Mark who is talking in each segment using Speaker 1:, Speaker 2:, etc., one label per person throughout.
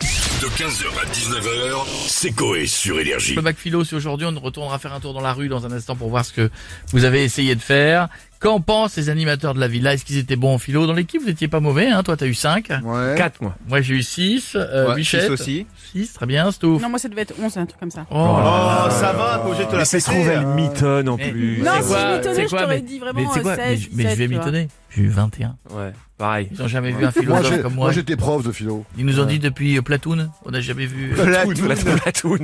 Speaker 1: De 15h à 19h, c'est Coé sur Énergie.
Speaker 2: Le bac philo, c'est aujourd'hui. On retournera faire un tour dans la rue dans un instant pour voir ce que vous avez essayé de faire. Qu'en pensent les animateurs de la villa Est-ce qu'ils étaient bons en philo Dans l'équipe, vous n'étiez pas mauvais. Hein Toi, t'as eu 5.
Speaker 3: Hein
Speaker 4: Ouais.
Speaker 5: 4 moi.
Speaker 2: Moi, j'ai eu 6. Euh,
Speaker 4: Ouais,
Speaker 2: Bichette,
Speaker 4: six aussi.
Speaker 2: 6, très bien. Stouff.
Speaker 6: Non, moi ça devait être 11, un truc comme ça.
Speaker 2: Oh là là.
Speaker 7: Oh, ça va, faut que je te la
Speaker 5: Mais ça se
Speaker 7: péter,
Speaker 5: trouve,
Speaker 7: hein.
Speaker 5: elle mitonne en
Speaker 2: Mais-
Speaker 5: plus.
Speaker 6: Non,
Speaker 2: C'est
Speaker 6: si
Speaker 2: quoi
Speaker 6: je m'étonnais,
Speaker 2: C'est
Speaker 6: je
Speaker 2: quoi
Speaker 6: t'aurais
Speaker 2: Mais-
Speaker 6: dit vraiment,
Speaker 2: mais c'est quoi
Speaker 6: euh,
Speaker 2: mais,
Speaker 6: 16,
Speaker 2: mais je vais
Speaker 6: 17, tu vois.
Speaker 2: m'étonner. J'ai eu 21.
Speaker 5: Ouais, pareil.
Speaker 2: Ils n'ont jamais vu un
Speaker 3: Moi,
Speaker 2: philosophe
Speaker 3: j'ai-
Speaker 2: comme moi.
Speaker 3: moi, j'étais prof de philo. Bah,
Speaker 2: Ils nous ont dit depuis euh, Platoon, on n'a jamais vu.
Speaker 5: La platoon.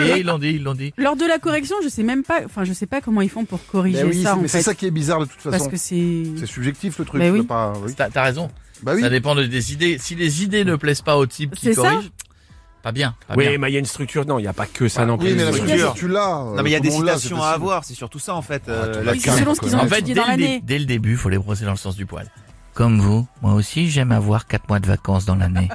Speaker 2: Et ils l'ont dit, ils l'ont dit.
Speaker 6: Lors de la correction, je sais même pas, enfin, je sais pas comment ils font pour corriger
Speaker 3: Mais oui,
Speaker 6: ça
Speaker 3: c'est-
Speaker 6: en
Speaker 3: mais
Speaker 6: fait.
Speaker 3: c'est ça qui est bizarre de toute
Speaker 6: parce
Speaker 3: façon.
Speaker 6: que c'est.
Speaker 3: C'est subjectif le truc.
Speaker 6: Mais
Speaker 3: tu
Speaker 6: oui.
Speaker 3: peux pas- oui.
Speaker 2: T'as t'as raison.
Speaker 3: Bah oui.
Speaker 2: Ça dépend de- des idées. Si les idées ne plaisent pas au type qui
Speaker 6: C'est ça
Speaker 2: corrige, pas bien. Pas
Speaker 5: Oui,
Speaker 2: bien.
Speaker 5: mais il y a une structure. Non, il n'y a pas que ça non plus. Euh,
Speaker 3: Oui, mais la
Speaker 5: Oui.
Speaker 6: structure.
Speaker 3: structure, tu l'as.
Speaker 7: Non, mais il y a des citations à avoir, c'est surtout ça en fait. euh,
Speaker 3: Attends,
Speaker 7: la
Speaker 6: Oui, c'est
Speaker 3: Ah, carte,
Speaker 6: selon ce
Speaker 3: quoi.
Speaker 6: qu'ils ont
Speaker 2: En fait,
Speaker 6: étudié
Speaker 2: dès
Speaker 6: dans
Speaker 2: le,
Speaker 6: l'année.
Speaker 2: dé- dès le début, faut les brosser dans le sens du poil. Comme vous, moi aussi, j'aime avoir 4 mois de vacances dans l'année.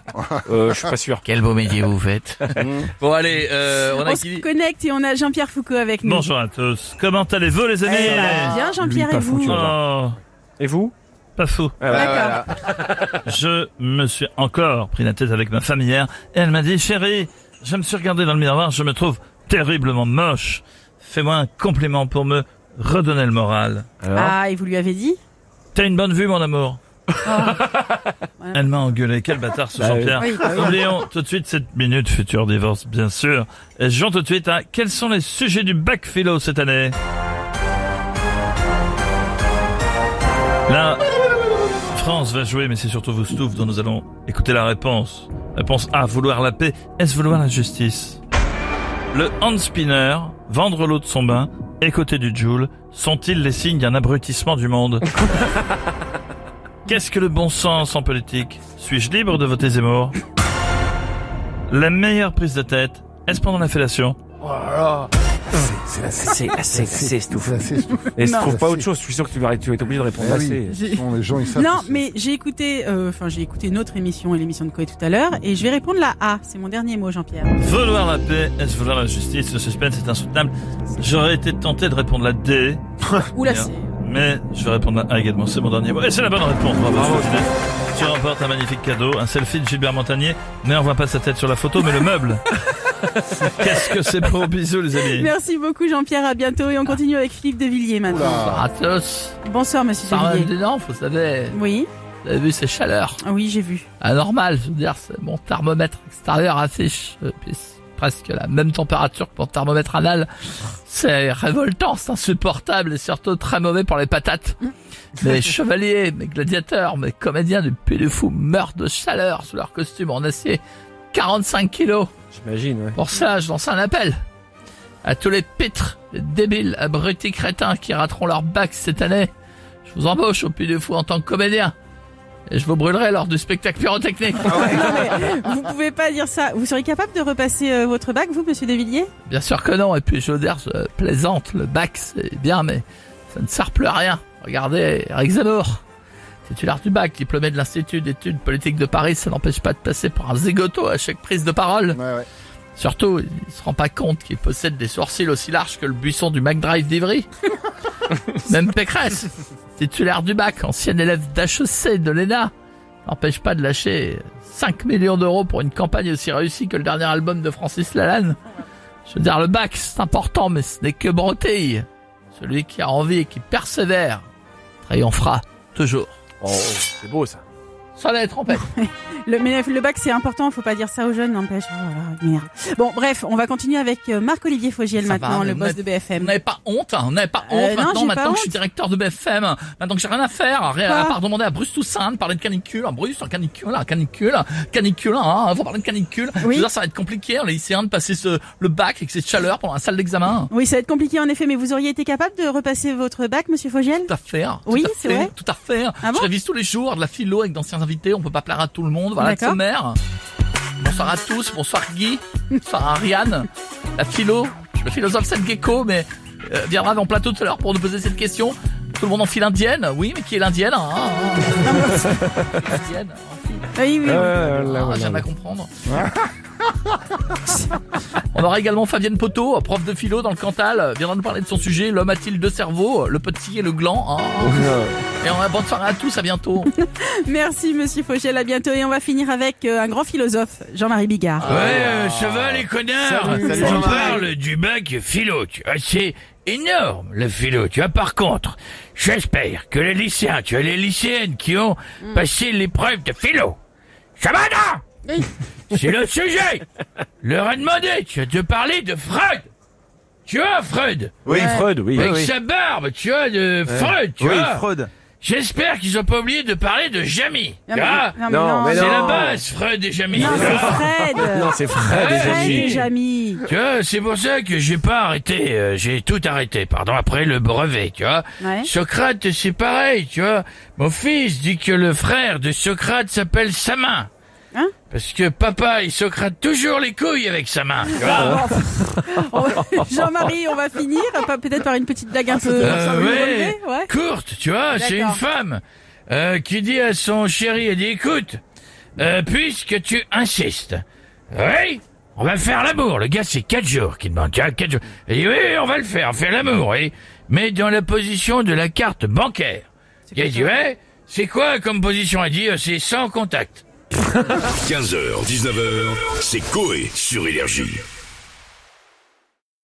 Speaker 5: Euh, je suis pas sûr.
Speaker 2: Quel beau métier vous faites. bon, allez, euh, on
Speaker 6: On,
Speaker 2: a
Speaker 6: se
Speaker 2: qui
Speaker 6: connecte et on a Jean-Pierre Foucault avec nous.
Speaker 8: Bonjour à tous. Comment allez-vous, les amis
Speaker 6: Eh ben, bien Jean-Pierre
Speaker 5: Lui,
Speaker 6: et
Speaker 5: pas fou, tu
Speaker 6: vous.
Speaker 5: vois.
Speaker 8: Oh,
Speaker 5: Et vous
Speaker 8: pas fou.
Speaker 5: Ah ouais.
Speaker 6: D'accord.
Speaker 8: Je me suis encore pris la tête avec ma femme hier et elle m'a dit, chérie, je me suis regardé dans le miroir, je me trouve terriblement moche. Fais-moi un compliment pour me redonner le moral.
Speaker 5: Alors
Speaker 6: Ah, et vous lui avez dit
Speaker 8: T'as une bonne vue, mon amour.
Speaker 2: Ah.
Speaker 8: Elle m'a engueulé. Quel bâtard, ce
Speaker 5: Bah oui.
Speaker 8: Jean-Pierre.
Speaker 6: Oui, bah oui.
Speaker 8: Oublions tout de suite cette minute futur divorce, bien sûr. Et jouons tout de suite à quels sont les sujets du bac philo cette année. La France va jouer, mais c'est surtout vous Stouff dont nous allons écouter la réponse. Réponse A, vouloir la paix. Est-ce vouloir la justice Le hand spinner, vendre l'eau de son bain, écouter du Joule, sont-ils les signes d'un abrutissement du monde Qu'est-ce que le bon sens en politique Suis-je libre de voter Zemmour La meilleure prise de tête, est-ce pendant la fellation
Speaker 5: Ah, C'est assez, c'est tout.
Speaker 3: C'est assez stupide.
Speaker 5: Et je
Speaker 6: Non.
Speaker 5: trouve pas autre chose. Je suis sûr que tu vas, tu vas être obligé de répondre
Speaker 3: Ah
Speaker 5: à
Speaker 3: oui.
Speaker 5: C.
Speaker 6: J'ai-
Speaker 3: Non, les gens, ils savent
Speaker 6: Non,
Speaker 3: que c'est-
Speaker 6: mais j'ai écouté, euh, enfin, j'ai écouté notre émission et l'émission de Coé tout à l'heure, et je vais répondre la A. C'est mon dernier mot, Jean-Pierre.
Speaker 8: Vouloir la paix, est-ce vouloir la justice Le suspense est insoutenable. J'aurais été tenté de répondre la D,
Speaker 6: Ou la
Speaker 8: Bien.
Speaker 6: C.
Speaker 8: mais je vais répondre la A également, c'est mon dernier mot. Et c'est la bonne réponse, bravo, Sophie. Tu remportes un magnifique cadeau, un selfie de Gilbert Montagnier, mais on voit pas sa tête sur la photo, mais le meuble. Qu'est-ce que c'est beau, bisous les amis.
Speaker 6: Merci beaucoup, Jean-Pierre. À bientôt,
Speaker 5: Ah.
Speaker 6: et on continue avec Philippe de Villiers maintenant.
Speaker 3: Oula.
Speaker 2: À tous.
Speaker 6: Bonsoir, monsieur de Villiers.
Speaker 2: vous savez.
Speaker 6: Oui,
Speaker 2: Vous avez vu ces chaleurs.
Speaker 6: Ah oui, j'ai vu.
Speaker 2: Anormal, je veux dire, c'est- mon thermomètre extérieur affiche euh, puis c'est presque la même température que mon thermomètre anal. C'est révoltant, c'est insupportable et surtout très mauvais pour les patates. Mes chevaliers, mes gladiateurs, mes comédiens du Puy du Fou meurent de chaleur sous leur costume en acier. 45 kilos.
Speaker 5: J'imagine, ouais.
Speaker 2: Pour ça, je lance un appel à tous les pitres, les débiles, abrutis crétins qui rateront leur bac cette année. Je vous embauche au Puy du Fou en tant que comédien. Et je vous brûlerai lors du spectacle pyrotechnique.
Speaker 6: Vous pouvez pas dire ça. Vous serez capable de repasser euh, votre bac, vous, monsieur Devilliers
Speaker 2: Bien sûr que non. Et puis, je veux dire, je plaisante. Le bac, c'est bien, mais ça ne sert plus à rien. Regardez, Eric Zemmour. Titulaire du bac, diplômé de l'Institut d'études politiques de Paris, ça n'empêche pas de passer pour un zigoto à chaque prise de parole.
Speaker 3: Ouais, ouais.
Speaker 2: Surtout, il se rend pas compte qu'il possède des sourcils aussi larges que le buisson du McDrive d'Ivry. Même Pécresse, titulaire du bac, ancien élève d'HEC de l'ENA, n'empêche pas de lâcher 5 millions d'euros pour une campagne aussi réussie que le dernier album de Francis Lalanne. Je veux dire, le bac, c'est important, mais ce n'est que broutille. Celui qui a envie et qui persévère triomphera toujours.
Speaker 5: Oh, c'est beau ça.
Speaker 2: Sans la trompette.
Speaker 6: le, mais le bac, c'est important. Faut pas dire ça aux jeunes, n'empêche. Oh là là, merde. Bon, bref, on va continuer avec euh, Marc-Olivier Fogiel
Speaker 2: Ça
Speaker 6: maintenant,
Speaker 2: va,
Speaker 6: le
Speaker 2: mais
Speaker 6: boss
Speaker 2: net-
Speaker 6: de
Speaker 2: On
Speaker 6: BFM.
Speaker 2: n'avait pas honte, hein, on n'avait pas honte.
Speaker 6: Euh, non,
Speaker 2: maintenant,
Speaker 6: j'ai
Speaker 2: maintenant
Speaker 6: pas
Speaker 2: que je suis
Speaker 6: honte.
Speaker 2: directeur de BFM, maintenant que j'ai rien à faire, à, à part demander à Bruce Toussaint de parler de canicule, à Bruce, en canicule, en canicule, canicule, hein, faut parler de canicule. Je veux dire, ça va être compliqué, hein, les lycéens, de passer ce, le bac avec cette chaleur pendant la salle d'examen.
Speaker 6: Oui, ça va être compliqué en effet, mais vous auriez été capable de repasser votre bac, monsieur Fogiel
Speaker 2: Tout à faire.
Speaker 6: Oui,
Speaker 2: tout à
Speaker 6: c'est
Speaker 2: fait,
Speaker 6: vrai.
Speaker 2: Tout à fait.
Speaker 6: Ah bon
Speaker 2: je révise tous les jours de la philo avec d'anciens invités. On peut pas plaire à tout le monde. Voilà le
Speaker 6: D'accord.
Speaker 2: sommaire. Bonsoir à tous. Bonsoir Guy. Bonsoir Ariane. La philo. Le philosophe Seth Gecko, mais euh, viendra en plateau tout à l'heure pour nous poser cette question. Tout le monde en file indienne. Oui, mais qui est l'indienne hein, hein, hein. Indienne. en file.
Speaker 6: Oui, oui.
Speaker 5: Euh, là,
Speaker 2: Ah,
Speaker 5: voilà.
Speaker 2: J'aime à comprendre.
Speaker 9: On aura également Fabienne Poteau, prof de philo dans le Cantal, viendra nous parler de son sujet, l'homme a-t-il deux cerveaux, le petit et le gland. hein
Speaker 2: Ah,
Speaker 9: et on a bonne soirée à tous, à bientôt.
Speaker 6: Merci, monsieur Fauchel. À bientôt. Et on va finir avec euh, un grand philosophe, Jean-Marie Bigard.
Speaker 9: Ah.
Speaker 2: Ouais, euh, ça va les connards
Speaker 10: salut,
Speaker 2: On
Speaker 10: Jean-Marie.
Speaker 2: parle du bac philo, tu vois, c'est énorme le philo, tu vois. Par contre, j'espère que les lycéens, tu vois, les lycéennes qui ont
Speaker 6: Hmm.
Speaker 2: passé l'épreuve de philo, ça va, non C'est le sujet Leur a demandé, tu vois, de parler de Freud Tu vois, Freud
Speaker 10: Oui,
Speaker 5: Freud, oui.
Speaker 2: Avec sa barbe, tu vois, de Freud, tu
Speaker 10: Oui,
Speaker 2: vois
Speaker 10: Freud.
Speaker 2: J'espère qu'ils ont pas oublié de parler de Jamie,
Speaker 6: Non,
Speaker 2: tu
Speaker 6: mais-
Speaker 2: vois
Speaker 6: Ah. non, mais
Speaker 5: Non,
Speaker 6: non,
Speaker 5: mais
Speaker 2: C'est
Speaker 6: non,
Speaker 2: la base, Freud et Jamie tu
Speaker 6: c'est
Speaker 2: vois.
Speaker 6: Fred.
Speaker 5: Non, c'est Fred
Speaker 2: Ouais,
Speaker 5: déjà
Speaker 6: Fred
Speaker 2: Jamie.
Speaker 6: et Jamie.
Speaker 2: Tu vois, c'est pour ça que j'ai pas arrêté, euh, j'ai tout arrêté, pardon, après le brevet, tu vois.
Speaker 6: Ouais.
Speaker 2: Socrate, c'est pareil, tu vois. Mon fils dit que le frère de Socrate s'appelle Samin.
Speaker 6: Hein
Speaker 2: Parce que papa, il Socrate toujours les couilles avec sa main, tu vois.
Speaker 6: On va- Jean-Marie, on va finir. pas- Peut-être par une petite blague un peu
Speaker 2: Euh,
Speaker 6: un peu
Speaker 2: ouais.
Speaker 6: relevée, ouais.
Speaker 2: Courte, tu vois, c'est une
Speaker 6: D'accord.
Speaker 2: femme euh, qui dit à son chéri, elle dit, écoute, euh, puisque tu insistes, oui, on va faire l'amour. Le gars, c'est quatre jours qu'il demande, tu vois, quatre jours. Il dit, oui, on va le faire, on fait l'amour, oui. Mais dans la position de la carte bancaire. Il dit, ouais, c'est quoi comme position Elle dit, euh, c'est sans contact.
Speaker 1: 15h, 19h, c'est Coé sur Énergie.